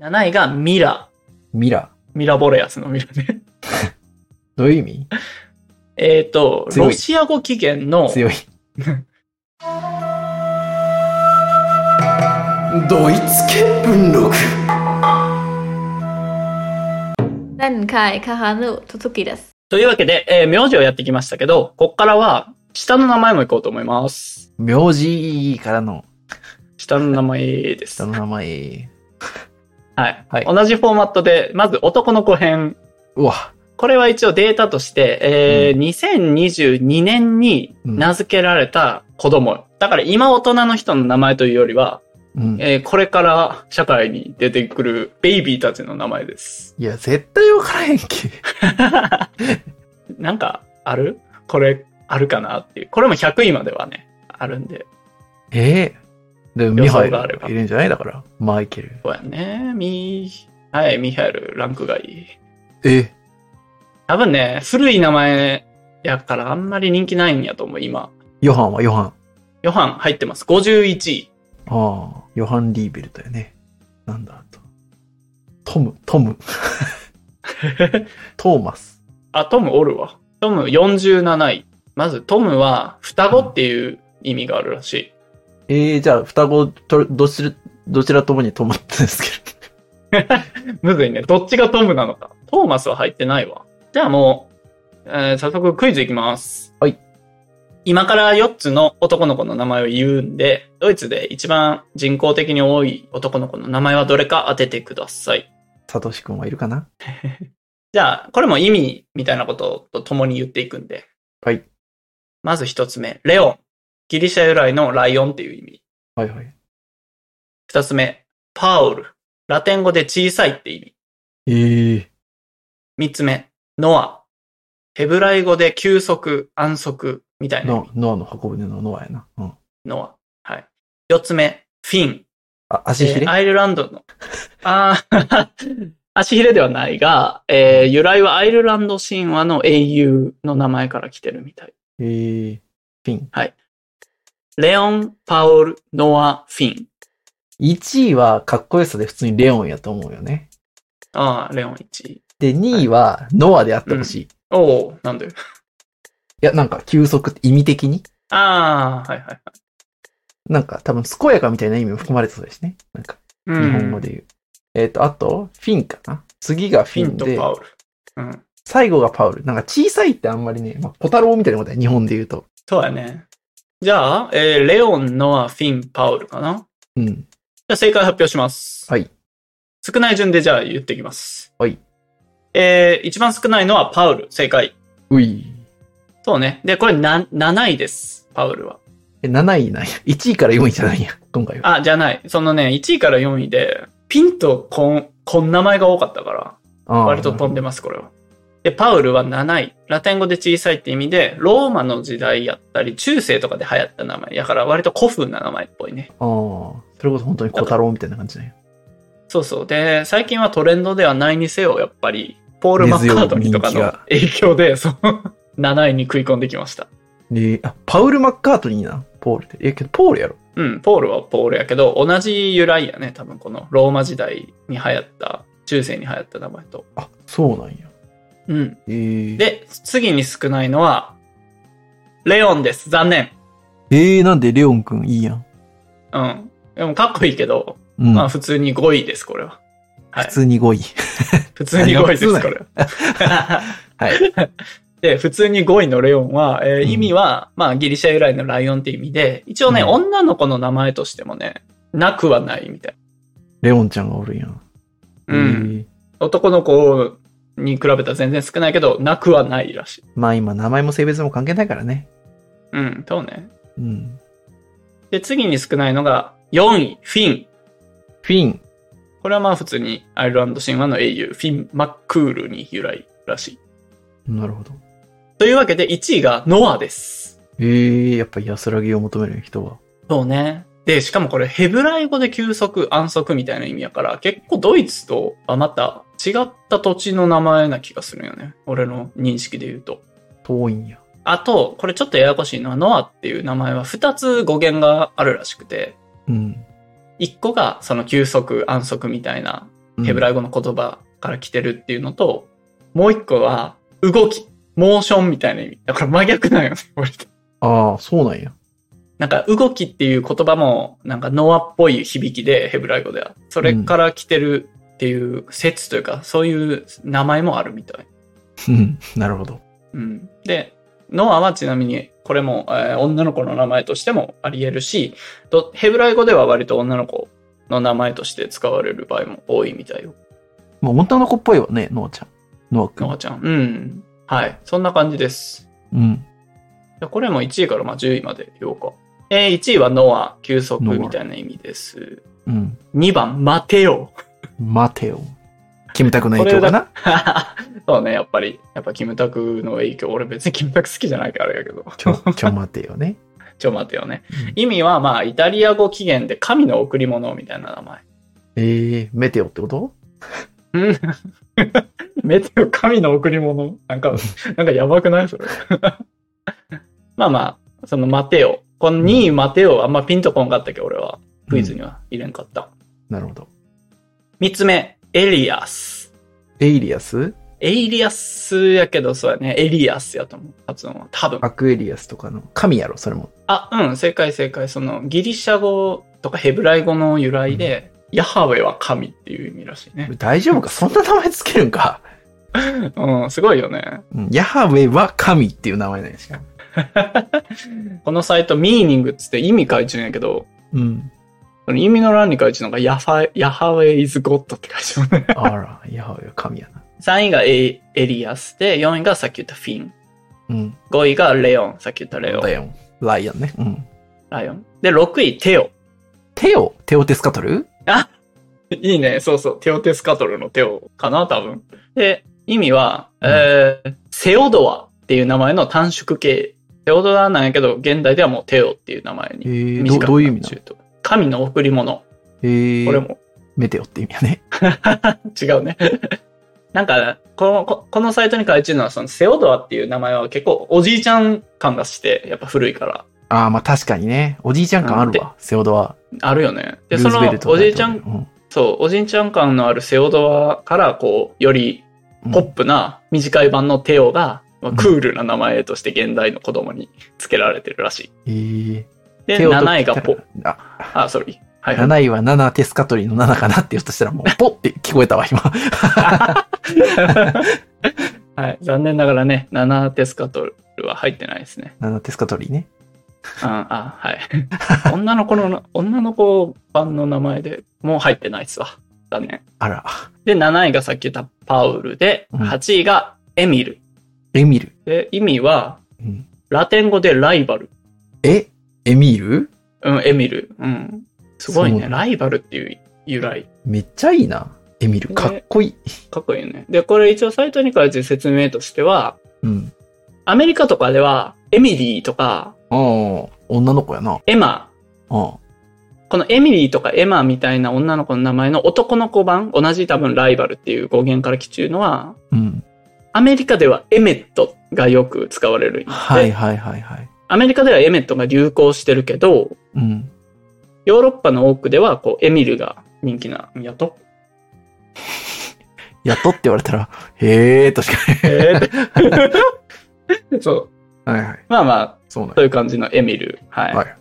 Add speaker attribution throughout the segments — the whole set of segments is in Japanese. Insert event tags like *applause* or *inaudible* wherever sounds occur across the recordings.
Speaker 1: 7位がミラ。
Speaker 2: ミラ。
Speaker 1: ミラボレアスのミラね。 *laughs*
Speaker 2: どういう意味
Speaker 1: えっと、
Speaker 2: 強い
Speaker 1: ロシア語起源の、 *laughs*
Speaker 2: 強い。ドイツ系文録。
Speaker 3: 前回カハの続きです。
Speaker 1: というわけで、えー名字をやってきましたけど、こっからは、下の名前もいこうと思います。
Speaker 2: 名字からの
Speaker 1: 下の名前です
Speaker 2: 下。の名前。
Speaker 1: はい。
Speaker 2: はい
Speaker 1: 同じフォーマットで、まず男の子編。
Speaker 2: うわ。
Speaker 1: これは一応データとして、えー2022年に名付けられた子供。だから今大人の人の名前というよりは、
Speaker 2: うん。
Speaker 1: えーこれから社会に出てくるベイビーたちの名前です。
Speaker 2: いや、絶対分からへんけ。 *laughs*
Speaker 1: なんか、あるこれ、あるかなっていう。これも100位まではね、あるんで。
Speaker 2: ええでも、ミ
Speaker 1: 予
Speaker 2: ハイ
Speaker 1: 想があれ
Speaker 2: ル
Speaker 1: ば
Speaker 2: いるんじゃないだから。マイケル。
Speaker 1: そうやね。み、はい、ミハエル、ランクがいい。
Speaker 2: え
Speaker 1: 多分ね、古い名前やからあんまり人気ないんやと思う、今。
Speaker 2: ヨハンはヨハン。
Speaker 1: ヨハン入ってます。51位。
Speaker 2: ああ、ヨハン・リーベルだよね。なんだあと。トム、
Speaker 1: *laughs*
Speaker 2: トム。トーマス。
Speaker 1: あ、トムおるわ。トム47位。まずトムは双子っていう意味があるらしい。
Speaker 2: ええじゃあ、双子と、どちら、どちらともにトムってんですけ
Speaker 1: むずいね。どっちがトムなのか。トーマスは入ってないわ。じゃあもう、えー早速クイズいきます。
Speaker 2: はい。
Speaker 1: 今から4つの男の子の名前を言うんで、ドイツで一番人口的に多い男の子の名前はどれか当ててください。
Speaker 2: ど。サトシ君はいるかな
Speaker 1: じゃあ、これも意味みたいなことと共に言っていくんで。
Speaker 2: はい。
Speaker 1: まず1つ目、レオン。ギリシャ由来のライオンっていう意味。
Speaker 2: はいはい。
Speaker 1: 二つ目、パウル。ラテン語で小さいって意味。
Speaker 2: ええ
Speaker 1: 三つ目、ノア。ヘブライ語で休息、安息みたいな意
Speaker 2: ノ
Speaker 1: 味。
Speaker 2: ノアの箱舟のノアやな。うん。
Speaker 1: ノア。はい。四つ目、フィン。
Speaker 2: あ、足ひ
Speaker 1: え
Speaker 2: れ
Speaker 1: ーアイルランドの。ああ、 *laughs* 足ひれではないが、えー由来はアイルランド神話の英雄の名前から来てるみたい。
Speaker 2: えー、フィン。
Speaker 1: レオン、パウル、ノア、フィン。
Speaker 2: 1位はかっこよさで普通にレオンやと思うよね。
Speaker 1: ああ、レオン1位。
Speaker 2: で、2位はノアであってほしい。い
Speaker 1: おおなんで
Speaker 2: や、なんか休息って意味的に
Speaker 1: ああ、はいはいはい。
Speaker 2: なんか多分健やかみたいな意味も含まれてそうですね。なんか
Speaker 1: 日
Speaker 2: 日本語で言う。えっ、と、あと、フィンかな。次がフ
Speaker 1: フィ
Speaker 2: ィン
Speaker 1: ンと
Speaker 2: で、
Speaker 1: パウル。うん。
Speaker 2: 最後がパウル。なんか小さいってあんまりね、まあ、小太郎みたいなことだよ、日本で言うと。
Speaker 1: そうやね。じゃあ、えーレオン、ノア、フィン、パウルかな。じ
Speaker 2: うん。
Speaker 1: ゃあ正解発表します。
Speaker 2: はい。
Speaker 1: 少ない順でじゃあ言っていきます。
Speaker 2: はい。
Speaker 1: えー、一番少ないのはパウル、正解。
Speaker 2: うい。
Speaker 1: そうね。で、これな、7位です、パウルは。
Speaker 2: え、7位なんや。1位から4位じゃないんや、今回は。
Speaker 1: あ、じゃない。そのね、1位から4位で、ピンとこん、こん名前が多かったから、
Speaker 2: あー
Speaker 1: 割と飛んでます、これは。で、パウルは7位。ラテン語で小さいって意味で、ローマの時代やったり、中世とかで流行った名前。だから割と古風な名前っぽいね。
Speaker 2: ああ、それこそ本当に小太郎みたいな感じね。
Speaker 1: そうそう。で、最近はトレンドではないにせよ、やっぱり、ポール・マッカートニーとか
Speaker 2: 根強い
Speaker 1: の
Speaker 2: 人気が
Speaker 1: 影響で、そう、7位に食い込んできました。
Speaker 2: で、あ、パウル・マッカートニーな、ポールって。え、けどポールやろ。
Speaker 1: うん、ポールはポールやけど、同じ由来やね、多分このローマ時代に流行った、中世に流行った名前と。
Speaker 2: あ、そうなんや。
Speaker 1: うん。
Speaker 2: えー、
Speaker 1: で、次に少ないのは、レオンです。残念。
Speaker 2: えー、なんでレオンくんいいやん。
Speaker 1: うん。でもかっこいいけど、
Speaker 2: うん。
Speaker 1: まあ普通に5位です、これは。はい
Speaker 2: 普。通に5位。 *laughs*
Speaker 1: 普通に5位です、
Speaker 2: 何が普
Speaker 1: こ
Speaker 2: 通
Speaker 1: れは。
Speaker 2: はい。
Speaker 1: で、普通に5位のレオンは、えー
Speaker 2: うん
Speaker 1: 意味は、まあ、ギリシャ由来のライオンって意味で、一応ね、
Speaker 2: うん
Speaker 1: 女の子の名前としてもね、なくはないみたい。
Speaker 2: レオンちゃんがおるやん。
Speaker 1: うん。
Speaker 2: えー
Speaker 1: 男の子に比べたら全然少ないけど、なくはないらしい。
Speaker 2: まあ今、名前も性別も関係ないからね。
Speaker 1: うん、そうね。
Speaker 2: うん。
Speaker 1: で、次に少ないのが、4位、フィン。
Speaker 2: フィン。
Speaker 1: これはまあ、普通にアイルランド神話の英雄、フィン・マックールに由来らしい。
Speaker 2: なるほど。
Speaker 1: というわけで、1位がノアです。
Speaker 2: えー、やっぱ安らぎを求める人は。
Speaker 1: そうね。で、しかもこれヘブライ語で休息、安息みたいな意味やから、結構ドイツとはまた違った土地の名前な気がするよね。俺の認識で言うと。
Speaker 2: 遠いんや。
Speaker 1: あと、これちょっとややこしいのは、ノアっていう名前は2つ語源があるらしくて、
Speaker 2: うん。
Speaker 1: 1個がその休息、安息みたいな
Speaker 2: うん
Speaker 1: ヘブライ語の言葉から来てるっていうのと、もう一個は、動き、モーションみたいな意味。だから真逆なんよね、俺と
Speaker 2: ああ、そうなんや。
Speaker 1: なんか、動きっていう言葉も、なんか、ノアっぽい響きで、ヘブライ語では。それから来てるっていう説というか、そういう名前もあるみたい。
Speaker 2: うんなるほど。
Speaker 1: うん。で、ノアはちなみに、これも、えー女の子の名前としてもあり得るし、どヘブライ語では割と女の子の名前として使われる場合も多いみたいよ。
Speaker 2: まあ、女の子っぽいわね、ノアちゃん。ノアくん
Speaker 1: ノアちゃん。うん。はい。そんな感じです。
Speaker 2: うん。
Speaker 1: でこれも1位からまあ10位まで言おうか。えー1位はノア、休息みたいな意味です。
Speaker 2: うん。
Speaker 1: 2番、待てよ。
Speaker 2: 待てよ。キムタクの影響かな
Speaker 1: *laughs* そうね、やっぱり。やっぱ、キムタクの影響。俺別にキムタク好きじゃないからあれやけど。
Speaker 2: ちょ、ちょ待てよね。
Speaker 1: ちょ、待てよね
Speaker 2: うん。
Speaker 1: 意味は、まあ、イタリア語起源で神の贈り物みたいな名前。
Speaker 2: ええメテオってこと
Speaker 1: うん *laughs* メテオ神の贈り物なんか、なんかやばくないそれ。 *laughs* まあまあ、その待てよ。この2位待てよ、あんまピンとこんかったけど、俺は。クイズには入れんかった。
Speaker 2: なるほど。
Speaker 1: 3つ目、エリアス。
Speaker 2: エイリアス
Speaker 1: エイリアスやけど、そうやね。エリアスやと思う。発音は。多分。
Speaker 2: アクエリアスとかの神やろ、それも。
Speaker 1: あ、うん、正解正解。その、ギリシャ語とかヘブライ語の由来で、ヤハウェは神っていう意味らしいね。
Speaker 2: 大丈夫かそんな名前つけるんか、
Speaker 1: うん、すごいよね。
Speaker 2: うん、ヤハウェは神っていう名前なんですよ。
Speaker 1: このサイト、ミーニングっつって意味書いてるんやけど、
Speaker 2: うん。
Speaker 1: その意味の欄に書いてるのが、ヤファ、ヤハウェイズゴッドって書いてる *laughs* ね。
Speaker 2: あら、ヤハウェは神やな。
Speaker 1: 3位がエエリアスで、4位がさっき言ったフィン。
Speaker 2: うん。
Speaker 1: 5位がレオン、さっき言ったレオン。
Speaker 2: ライオン。ライオンね。うん。
Speaker 1: ライオン。で、6位、テオ。
Speaker 2: テオテオテスカトル
Speaker 1: あ *laughs* いいね。そうそう。テオテスカトルのテオかな、多分。で、意味は、
Speaker 2: うん
Speaker 1: えー、セオドアっていう名前の短縮形。セオドアなんやけど、現代ではもうテオっていう名前
Speaker 2: え
Speaker 1: に。
Speaker 2: ー、ど
Speaker 1: 短く
Speaker 2: どういう意味な
Speaker 1: な
Speaker 2: の
Speaker 1: ると神の贈り物。
Speaker 2: えー、
Speaker 1: これも
Speaker 2: メテオって意味やね。
Speaker 1: 違うね。 *laughs* なんかこのこ、このサイトに書いてるのは、そのセオドアっていう名前は結構おじいちゃん感がして、やっぱ古いから、
Speaker 2: ああ、まあ確かにね。おじいちゃん感あるわ。セオドア。
Speaker 1: あるよね。で、
Speaker 2: ル
Speaker 1: そ
Speaker 2: ー
Speaker 1: の
Speaker 2: ズベルト
Speaker 1: お
Speaker 2: 大
Speaker 1: じい
Speaker 2: 統領
Speaker 1: ちゃん、
Speaker 2: うん
Speaker 1: そう、おじいちゃん感のあるセオドアから、こう、より
Speaker 2: うん
Speaker 1: ポップな短い版のテオが、まあ
Speaker 2: うん
Speaker 1: クールな名前として現代の子供に付けられてるらしい。
Speaker 2: えー、
Speaker 1: で、
Speaker 2: テオと
Speaker 1: 7位がポ、
Speaker 2: あ、
Speaker 1: あ、ソリー。はいはい。
Speaker 2: 7位は7テスカトリの7かなって言おうとしたらもうポッて聞こえたわ、今。
Speaker 1: *laughs* はい、残念ながらね、7テスカトルは入ってないですね。
Speaker 2: 7テスカトリね。
Speaker 1: うん、あ、
Speaker 2: *laughs*
Speaker 1: はい。女の子の、女の子版の名前でもう入ってないっすわ。だね。
Speaker 2: あら、
Speaker 1: で、7位がさっき言ったパウルで、
Speaker 2: うん
Speaker 1: 8位がエミル。
Speaker 2: エミル。
Speaker 1: で、意味は、
Speaker 2: うん
Speaker 1: ラテン語でライバル。
Speaker 2: えエミル
Speaker 1: うん、エミル。うん。すごい
Speaker 2: そ
Speaker 1: ね。
Speaker 2: うな
Speaker 1: ライバルっていう由来。
Speaker 2: めっちゃいいな。エミル、
Speaker 1: ね
Speaker 2: かっこいい。
Speaker 1: かっこいいよね。で、これ一応サイトに書いてる説明としては、
Speaker 2: うん。
Speaker 1: アメリカとかでは、エミリーとか、
Speaker 2: ああ、女の子やな。
Speaker 1: エマ、
Speaker 2: ああ。
Speaker 1: このエミリーとかエマみたいな女の子の名前の男の子版、同じ多分ライバルっていう語源から来てるのは、
Speaker 2: うん。
Speaker 1: アメリカではエメットがよく使われる。
Speaker 2: はい
Speaker 1: で
Speaker 2: はいはいはい。
Speaker 1: アメリカではエメットが流行してるけど、
Speaker 2: うん。
Speaker 1: ヨーロッパの多くではこうエミルが人気なんやと。
Speaker 2: やっとって言われたら、へえーとしか
Speaker 1: えーって *laughs* そう。
Speaker 2: はいはい。
Speaker 1: まあまあ、
Speaker 2: そうなん
Speaker 1: そう
Speaker 2: や
Speaker 1: いう感じのエミル。はい。
Speaker 2: はい。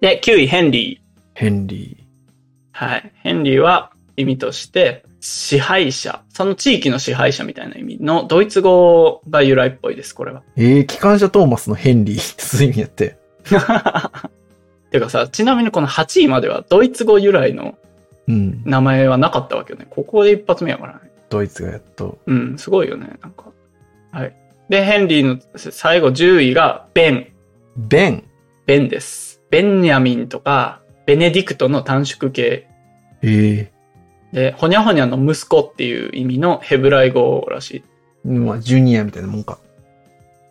Speaker 1: で、9位、ヘンリー。
Speaker 2: ヘンリ
Speaker 1: はい。ヘンリーは意味として、支配者。その地域の支配者みたいな意味のドイツ語が由来っぽいです、これは。 *laughs*
Speaker 2: ー。えー、機関車トーマスのヘンリー。そういう意味やって。
Speaker 1: てかさ、ちなみにこの8位まではドイツ語由来の
Speaker 2: うん。
Speaker 1: 名前はなかったわけよね。ここで一発目やからね。
Speaker 2: ドイツがやっと。
Speaker 1: うん、すごいよね、なんか。はい。で、ヘンリーの最後10位がベン。
Speaker 2: ベン。
Speaker 1: ベンです。ベンニャミンとか、ベネディクトの短縮形。
Speaker 2: ええ
Speaker 1: で、ホニャホニャの息子っていう意味のヘブライ語らしい。
Speaker 2: ー。まあ、ジュニアみたいなもんか。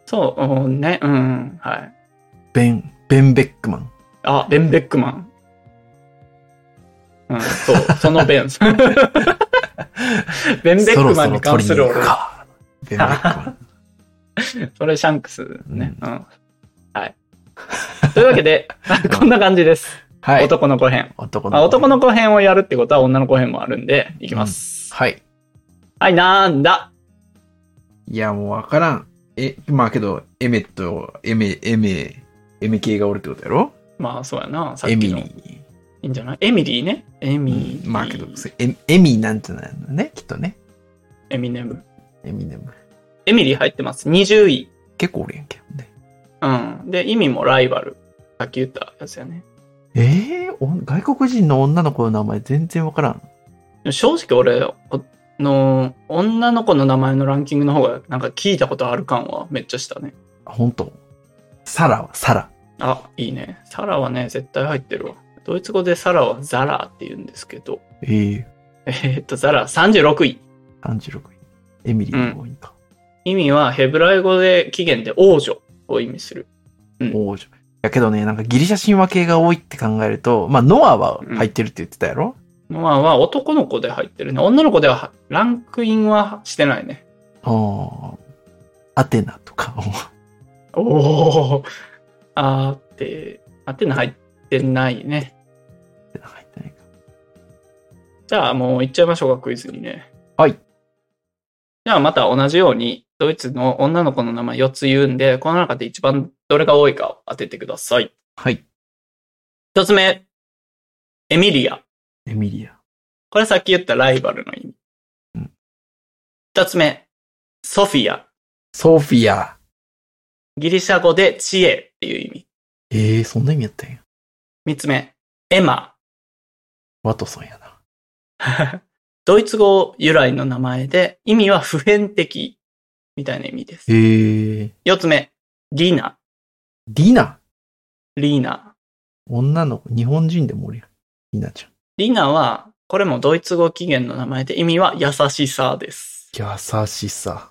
Speaker 1: そう、うんね、うん、はい。
Speaker 2: ベン、ベンベックマン。
Speaker 1: あ、ベンベックマン。うん、そう、その
Speaker 2: *laughs*
Speaker 1: ベン。ベンベックマンに関する
Speaker 2: そ
Speaker 1: 俺
Speaker 2: ろそろ取りに行くか。ベンベックマ
Speaker 1: *laughs*
Speaker 2: ン。
Speaker 1: それシャンクスね。うん。はい。というわけで、こんな感じです。
Speaker 2: はい。
Speaker 1: 男の子編。
Speaker 2: 男
Speaker 1: まあ、男
Speaker 2: の
Speaker 1: の子編をやるってことは女の子編もあるんで、いきます。
Speaker 2: 子。はい。
Speaker 1: はい、なんだ
Speaker 2: いや、もうわからん。え、まあけど、エメと、エメ、エメ、エメ系がおるってことやろ
Speaker 1: まあ、そうやな。さっ
Speaker 2: エ
Speaker 1: き
Speaker 2: ミ
Speaker 1: の。い
Speaker 2: リ
Speaker 1: いんじゃないエミリーね。エ
Speaker 2: ー。
Speaker 1: ミリー。
Speaker 2: まあけど、それエエミなんてないのね、きっとね。
Speaker 1: エミネム。
Speaker 2: エミネム。
Speaker 1: エミリー入ってます。20位。
Speaker 2: 結構おるやんけ。ね、
Speaker 1: うん。で、意味もライバル。さっき言ったやつやね。
Speaker 2: えー、お外国人の女の子の名前全然わからん。
Speaker 1: 正直俺、この、女の子の名前のランキングの方が、なんか聞いたことある感はめっちゃしたね。
Speaker 2: あほんと。サラは、サラ。
Speaker 1: あ、いいね。サラはね、絶対入ってるわ。ドイツ語でサラはザラーって言うんですけど、
Speaker 2: ええ
Speaker 1: えーっと、ザラー36位。
Speaker 2: ー、36位。エミリーの方がいいか。
Speaker 1: 意味はヘブライ語で起源で王女を意味する。うん
Speaker 2: 王女。やけどね、なんかギリシャ神話系が多いって考えると、まあ、ノアは入ってるって言ってたやろ、
Speaker 1: ノアは男の子で入ってるね。女の子ではランクインはしてないね。
Speaker 2: ああ。アテナとか。 *laughs*
Speaker 1: おお。あーって、あってな入ってないね。
Speaker 2: 入ってないか
Speaker 1: じゃあもう行っちゃいましょうか、クイズにね。
Speaker 2: はい。
Speaker 1: じゃあまた同じように、ドイツの女の子の名前4つ言うんで、この中で一番どれが多いかを当ててください。
Speaker 2: はい。
Speaker 1: 一つ目、エミリア。
Speaker 2: エミリア。
Speaker 1: これさっき言ったライバルの意味
Speaker 2: うん。
Speaker 1: 二つ目、ソフィア。
Speaker 2: ソフィア。
Speaker 1: ギリシャ語で知恵っていう意味。
Speaker 2: ええそんな意味やったんや。
Speaker 1: 三つ目、エマ。
Speaker 2: *laughs* ワトソンやな。
Speaker 1: ドイツ語由来の名前で、意味は普遍的みたいな意味です。
Speaker 2: ええ
Speaker 1: 四つ目、リナ。
Speaker 2: リナ。
Speaker 1: リーナ。
Speaker 2: 女の子、日本人でもおるやん。リナち
Speaker 1: リナは、これもドイツ語起源の名前で、意味は優しさです。
Speaker 2: ゃん。優しさ。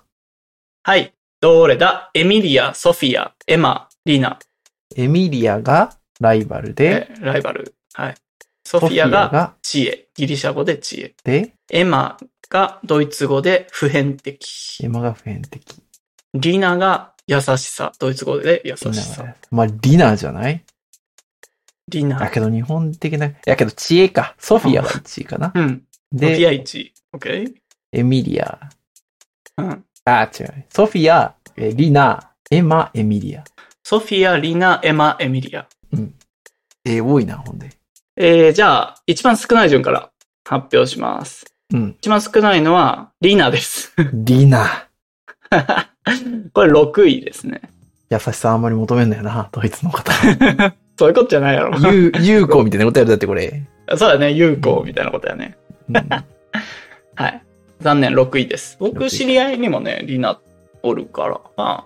Speaker 1: はい。どれだエミリア、ソフィア、エマ、リナ。
Speaker 2: エミリアがライバルで、
Speaker 1: えライバル。はい。ソフィアが
Speaker 2: が
Speaker 1: 知恵。ギリシャ語で知恵。
Speaker 2: で、
Speaker 1: エマがドイツ語で普遍的。
Speaker 2: エマが普遍的。
Speaker 1: リナが優しさ。ドイツ語で優
Speaker 2: リ
Speaker 1: し
Speaker 2: ナ
Speaker 1: さ。
Speaker 2: がまあ、リナじゃない
Speaker 1: リナ
Speaker 2: だ。けど日本的な、やけど知恵か。ソフィアが1位かな。
Speaker 1: うん。ソフィア
Speaker 2: で、
Speaker 1: 1。OK?
Speaker 2: エミリア。
Speaker 1: うん。
Speaker 2: あ、違う。ソフィア、えリナ、エマ、エミリア。
Speaker 1: ソフィア、リナ、エマ、エミリア。
Speaker 2: えー多いな、ほんで。
Speaker 1: えー、じゃあ、一番少ない順から発表します。
Speaker 2: *laughs* うん。
Speaker 1: 一番少ないのは、リナです。
Speaker 2: リナ。
Speaker 1: これ6位ですね。
Speaker 2: 優しさあんまり求めんのよな、ドイツの *laughs* 方。
Speaker 1: そういうことじゃないやろ。
Speaker 2: ゆう、ゆうこみたいなことやるだってこれ。
Speaker 1: そうだね、有効みたいなことやね。
Speaker 2: うん、
Speaker 1: はい。残念、6位です。
Speaker 2: 6
Speaker 1: 僕、
Speaker 2: 位
Speaker 1: 知り合いにもね、リナおるから、まあ、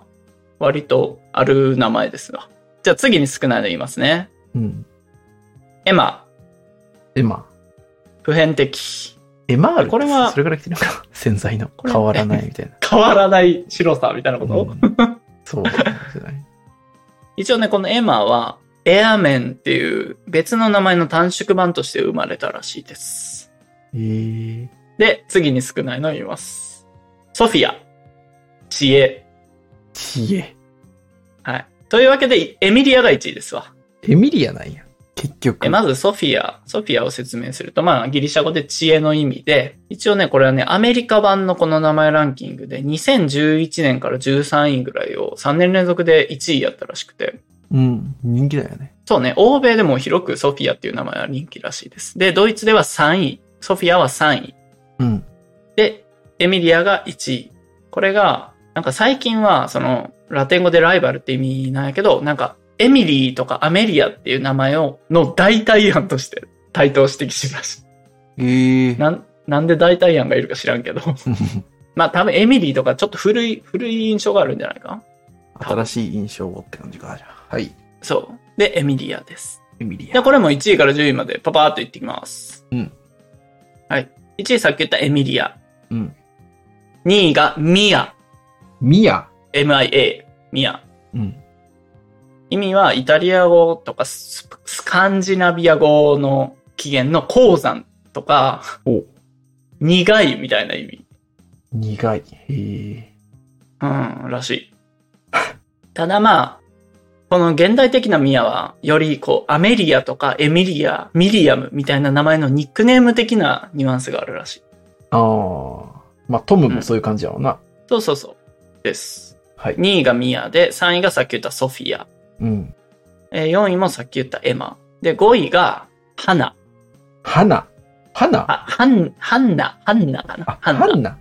Speaker 1: 割とある名前ですが。じゃあ次に少ないの言いますね。
Speaker 2: うん。
Speaker 1: エマ、
Speaker 2: エマ。
Speaker 1: 普遍的。
Speaker 2: エマール。
Speaker 1: これは
Speaker 2: それから来てるの *laughs* か。潜在の。
Speaker 1: これ
Speaker 2: 変わらないみたいな。
Speaker 1: 変わらない白さみたいなこと、
Speaker 2: うんそう。じゃない
Speaker 1: 一応ね、このエマは、エアメンっていう別の名前の短縮版として生まれたらしいです。
Speaker 2: えー、
Speaker 1: で、次に少ないの言います。ソフィア、知恵。
Speaker 2: 知恵。
Speaker 1: はい。というわけで、エミリアが1位ですわ。
Speaker 2: エミリアなんや。結局。
Speaker 1: えまずソフィア、ソフィアを説明すると、まあ、ギリシャ語で知恵の意味で、一応ね、これはね、アメリカ版のこの名前ランキングで、2011年から13位ぐらいを3年連続で1位やったらしくて、
Speaker 2: うん。人気だよね。
Speaker 1: そうね、欧米でも広くソフィアっていう名前は人気らしいです。で、ドイツでは3位、ソフィアは3位。
Speaker 2: うん。
Speaker 1: で、エミリアが1位。これが、なんか最近は、その、ラテン語でライバルって意味なんやけど、なんか、エミリーとかアメリアっていう名前を、の代替案として、台頭してきしまし
Speaker 2: ええ
Speaker 1: た。なん、なんで代替案がいるか知らんけど。 *laughs* まあ多分エミリーとかちょっと古い、古い印象があるんじゃないか
Speaker 2: *laughs* 新しい印象をって感じか。じゃあはい。
Speaker 1: そう。で、エミリアです。
Speaker 2: エミリ
Speaker 1: で、
Speaker 2: ア。
Speaker 1: これも1位から10位までパパーっと言ってきます。
Speaker 2: うん。
Speaker 1: はい。1位さっき言ったエミリア。
Speaker 2: うん。
Speaker 1: 2位がミア。
Speaker 2: ミア。
Speaker 1: MIA。ミア。
Speaker 2: うん。
Speaker 1: 意味はイタリア語とかススカンジナビア語の起源の鉱山とか
Speaker 2: お、
Speaker 1: 苦いみたいな意味、
Speaker 2: 苦い。へえ。
Speaker 1: うん、らしい。ただまあ、この現代的なミアは、よりこう、アメリアとかエミリア、ミリアムみたいな名前のニックネーム的なニュアンスがあるらしい。
Speaker 2: ああ。まあ、トムもそういう感じやろうな。
Speaker 1: そうそうそう。です。
Speaker 2: はい。
Speaker 1: 2位がミアで、3位がさっき言ったソフィア。
Speaker 2: うん。
Speaker 1: えー4位もさっき言ったエマ。で、5位が、ハナ。
Speaker 2: 花。花
Speaker 1: あ、ハン、ハンナ、ハンナかな
Speaker 2: あ、。
Speaker 1: ハンナ
Speaker 2: ハ。ンナ。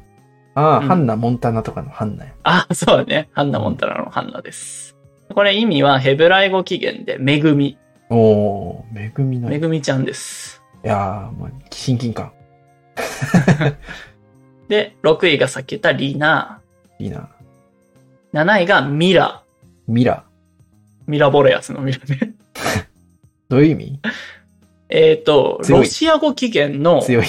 Speaker 2: ああ、
Speaker 1: うん
Speaker 2: ハンナ、モンタナとかのハンナや。
Speaker 1: あ、そうだね。ハンナモンタラのハンナです。これ意味はヘブライ語起源で、めぐみ。
Speaker 2: おー、めぐみの。
Speaker 1: め
Speaker 2: い
Speaker 1: ぐみちゃんです。
Speaker 2: やー、もう、親近感。
Speaker 1: で、6位がさっき言ったリナ。
Speaker 2: いいな。
Speaker 1: 7位がミラ。
Speaker 2: ミラ。
Speaker 1: ミラボレアスのミラね。
Speaker 2: どういう意味
Speaker 1: えっと、
Speaker 2: 強い
Speaker 1: ロシア語起源の
Speaker 2: 強い。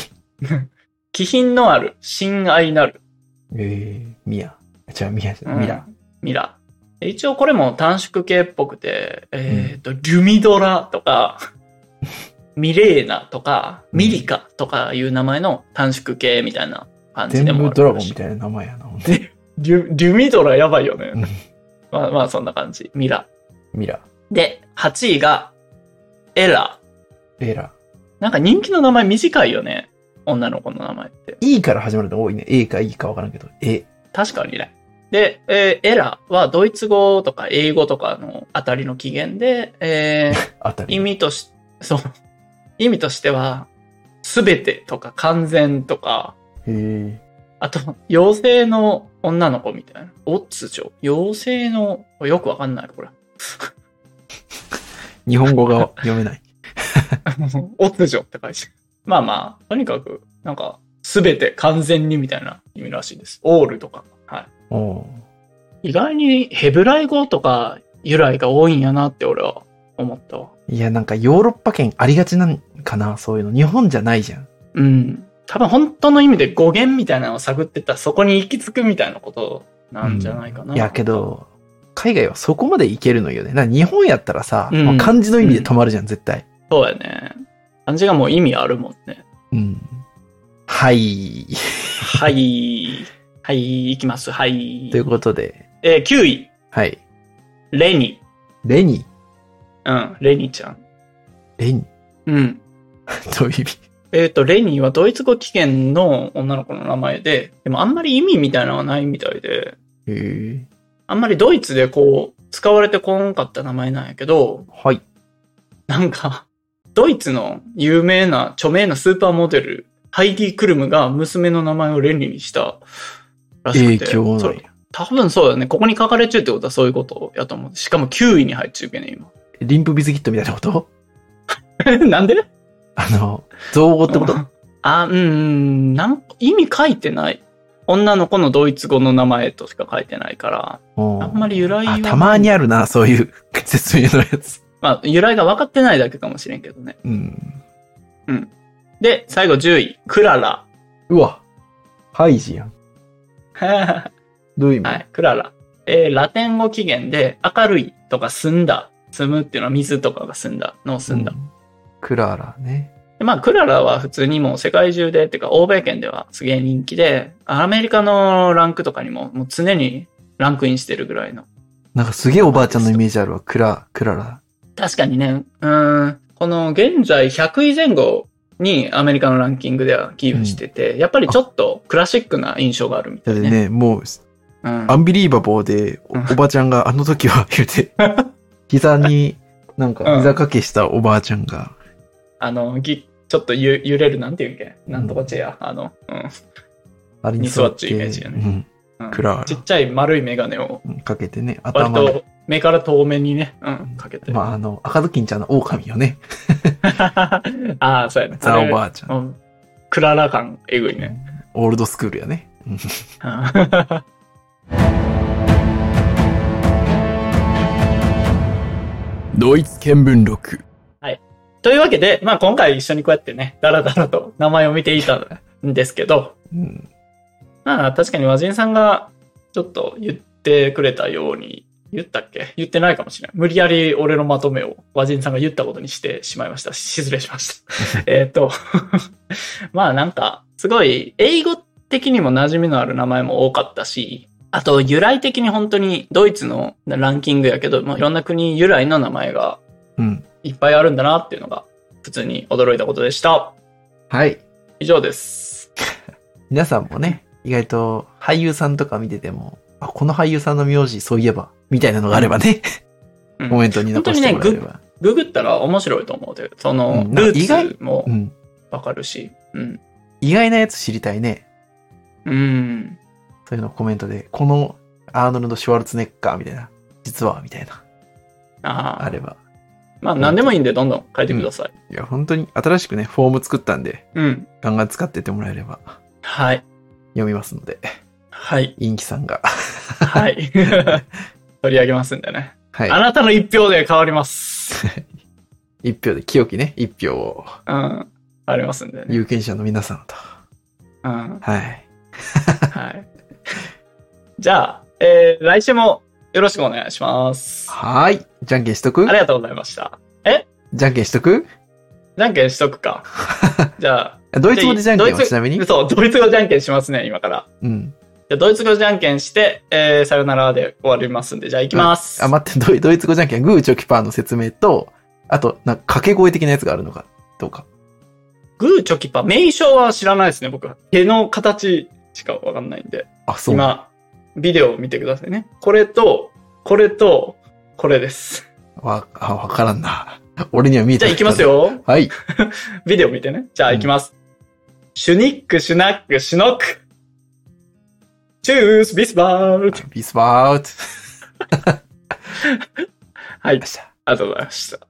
Speaker 1: 気品のある、親愛なる
Speaker 2: えー、ミヤ。違う、ミヤじゃ
Speaker 1: うん
Speaker 2: ミラ。
Speaker 1: ミラ。一応これも短縮系っぽくて、えっと、リュミドラとか、
Speaker 2: *laughs*
Speaker 1: ミレーナとか、ミリカとかいう名前の短縮系みたいな感じ
Speaker 2: 全
Speaker 1: でもあ
Speaker 2: 部
Speaker 1: る
Speaker 2: ドラゴンみたいな名前やな、ほんとに
Speaker 1: リュリュミドラやばいよね
Speaker 2: うん。
Speaker 1: まあまあそんな感じ。ミラ。
Speaker 2: ミラ。
Speaker 1: で、8位がエラ。
Speaker 2: エラ。
Speaker 1: なんか人気の名前短いよね。女の子の名前って。
Speaker 2: E から始まるの多いね。A か E かわからんけど。え、
Speaker 1: 確かにね。で、えーエラはドイツ語とか英語とかのあたりの起源で、えー
Speaker 2: あたり。
Speaker 1: 意味とし、 *laughs* そう。意味としては、すべてとか完全とか、
Speaker 2: へー
Speaker 1: あと、妖精の女の子みたいな。オッツジョ。妖精の、よくわかんない、これ。 *laughs*
Speaker 2: 日本語が読めない。
Speaker 1: あのオツジョって書いてあるまあまあ、とにかく、なんか、すべて完全にみたいな意味らしいです。オールとか。は
Speaker 2: おー
Speaker 1: い。意外にヘブライ語とか由来が多いんやなって俺は思ったわ。
Speaker 2: いや、なんかヨーロッパ圏ありがちなんかな、そういうの。日本じゃないじゃん。
Speaker 1: うん。多分本当の意味で語源みたいなのを探ってったらそこに行き着くみたいなことなんじゃないかな。
Speaker 2: いや、けど、海外はそこまでいけるのよね。な日本やったらさ、
Speaker 1: うん
Speaker 2: まあ漢字の意味で止まるじゃん、絶対。
Speaker 1: そうやね。漢字がもう意味あるもん
Speaker 2: *laughs*
Speaker 1: ね。
Speaker 2: うん。はい。
Speaker 1: はい。はい、行きます。はい
Speaker 2: とい。うことで、
Speaker 1: えー、9位。
Speaker 2: はい。
Speaker 1: レニ。
Speaker 2: レニ、
Speaker 1: うん、レニちゃん。
Speaker 2: レニ、
Speaker 1: うん。
Speaker 2: *laughs* どういう意味
Speaker 1: えっ、と、レニーはドイツ語起源の女の子の名前で、でもあんまり意味みたいなのはないみたいで、
Speaker 2: へー
Speaker 1: あんまりドイツでこう、使われてこんかった名前なんやけど、
Speaker 2: はい。
Speaker 1: *laughs* なんか、ドイツの有名な、著名なスーパーモデル、ハイディ・クルムが娘の名前をレニーにしたらし
Speaker 2: 影
Speaker 1: くて。
Speaker 2: 響
Speaker 1: そ
Speaker 2: な
Speaker 1: れ
Speaker 2: んや。
Speaker 1: 多分そうだね。ここに書かれちゅうってことはそういうことやと思う。しかも9位に入っちゅうけね、
Speaker 2: リンプビズキットみたいなこと
Speaker 1: 今。 *laughs* なんで
Speaker 2: あの、造語ってこと
Speaker 1: *laughs* あ、うんうん、なん意味書いてない。女の子のドイツ語の名前としか書いてないから、あんまり由来は
Speaker 2: あ、たまにあるな、そういう *laughs* 説明のやつ。
Speaker 1: まあ、由来が分かってないだけかもしれんけどね。
Speaker 2: うん。
Speaker 1: で、最後10位、クララ。 *laughs*
Speaker 2: うわ。ハイジやん。
Speaker 1: は
Speaker 2: どういう意味、
Speaker 1: い、クララ。えーラテン語起源で、明るいとか澄んだ。澄むっていうのは水とかが澄んだのを澄んだ
Speaker 2: う。んクララね。
Speaker 1: でまあ、クララは普通にもう世界中で、っていうか欧米圏ではすげえ人気で、アメリカのランクとかにももう常にランクインしてるぐらいの
Speaker 2: なんかすげえおばあちゃんのイメージあるわ。クラ、クララ。
Speaker 1: 確かにね、うーん、この現在100位前後にアメリカのランキングではキープしてて、やっぱりちょっとクラシックな印象があるみた
Speaker 2: だっ
Speaker 1: い
Speaker 2: て
Speaker 1: ね。
Speaker 2: ね、もう、
Speaker 1: うん
Speaker 2: アンビリーバボーで、お
Speaker 1: うん
Speaker 2: おばあちゃんがあの時は *laughs* 言うて、膝に、なん
Speaker 1: うん
Speaker 2: か膝掛けしたおばあちゃんが、
Speaker 1: あの、ぎちょっとゆ揺れる、なんていうんけ、なんとかチェア、あの、うん
Speaker 2: あれに座っ
Speaker 1: に座っちゅうイメ
Speaker 2: て、
Speaker 1: ージやうん
Speaker 2: クララ
Speaker 1: ちっちゃい丸いメガネを、
Speaker 2: うん、かけてね、
Speaker 1: 割
Speaker 2: 頭に
Speaker 1: と目から遠目にね、うん、かけて。
Speaker 2: まあ、あの、赤ずきんちゃんの狼よね。
Speaker 1: あ *laughs* あー、そうやね。
Speaker 2: ザ・
Speaker 1: あ
Speaker 2: お
Speaker 1: れ
Speaker 2: ばあちゃん。
Speaker 1: うんクララ感、えぐいね。
Speaker 2: オールドスクールやね。うん
Speaker 1: うん *laughs*
Speaker 2: ドイツ見聞録。
Speaker 1: というわけで、まあ今回一緒にこうやってね、だらだらと名前を見ていたんですけど、
Speaker 2: うん。
Speaker 1: まあ確かに和人さんがちょっと言ってくれたように、言ったっけ言ってないかもしれない。無理やり俺のまとめを和人さんが言ったことにしてしまいま
Speaker 2: *laughs*
Speaker 1: した。失礼しました。えっと、 *laughs* まあなんか、すごい英語的にも馴染みのある名前も多かったし、あと、由来的に本当にドイツのランキングやけど、まあ、いろんな国由来の名前が
Speaker 2: うん。
Speaker 1: いっぱいあるんだなっていうのが、普通に驚いたことでした。
Speaker 2: はい。
Speaker 1: 以上です。
Speaker 2: 皆さんもね、意外と俳優さんとか見てても、あ、この俳優さんの名字、そういえば、みたいなのがあればね、
Speaker 1: うん
Speaker 2: コメントに残してもらえれば。
Speaker 1: ググったら面白いと思うで、その、
Speaker 2: うん
Speaker 1: ル
Speaker 2: 意
Speaker 1: ー
Speaker 2: 外
Speaker 1: ツも
Speaker 2: うん。
Speaker 1: わかるし、うん。
Speaker 2: 意外なやつ知りたいね。
Speaker 1: うん。
Speaker 2: そういうのコメントで、このアーノルド・シュワルツェネッカーみたいな、実は、みたいな、
Speaker 1: あ
Speaker 2: あ
Speaker 1: あ。
Speaker 2: れば。
Speaker 1: まあ、何でもいいんで、どんどん書いてください。
Speaker 2: いや、本当に新しくね、フォーム作ったんで、
Speaker 1: うん。
Speaker 2: ガンガン使ってってもらえれば
Speaker 1: はい。
Speaker 2: 読みますので、
Speaker 1: はい。
Speaker 2: インキさんが。 *laughs*
Speaker 1: はい。取り上げますんでね。
Speaker 2: はい
Speaker 1: あ。なたの一票で変わります。
Speaker 2: 一票で、清きね、一票を、
Speaker 1: うん。ありますんでね。
Speaker 2: 有権者の皆さんと。
Speaker 1: うん。
Speaker 2: はい。
Speaker 1: はい。 *laughs* じゃあ、えー、来週もよろしくお願いします。あ
Speaker 2: はーい。じゃんけんしとく
Speaker 1: りがとうございました。
Speaker 2: じゃんけんしとく
Speaker 1: じゃんけんしとく
Speaker 2: *laughs*
Speaker 1: か。じゃあ、
Speaker 2: ドイツ語でじゃんけん
Speaker 1: ドイ
Speaker 2: は
Speaker 1: ツ
Speaker 2: ちなみに
Speaker 1: そう、ドイツ語じゃんけんしますね、今から。
Speaker 2: うん。
Speaker 1: じゃあドイツ語じゃんけんして、えー、さよならで終わりますんで、じゃあ行きます。
Speaker 2: あ、待って、ドイドイツ語じゃんけん、グーチョキパーの説明と、あと、なんか掛け声的なやつがあるのか、どうか。
Speaker 1: グーチョキパー、名称は知らないですね、僕は。手の形しかわかんないんで。
Speaker 2: あ、そう。
Speaker 1: 今、ビデオを見てくださいね。これと、これと、これ
Speaker 2: *laughs*
Speaker 1: です。
Speaker 2: わ、あ、わからんな。俺には見え
Speaker 1: じ
Speaker 2: て
Speaker 1: ゃあ行きます。よ。
Speaker 2: はい。
Speaker 1: ビデオ見てね。じゃあ行きます。シュニック、シュナック、シュノック。チュース、ビスバール。
Speaker 2: ビスバーウト。
Speaker 1: はい
Speaker 2: よっ、しゃ
Speaker 1: ありがとうございました。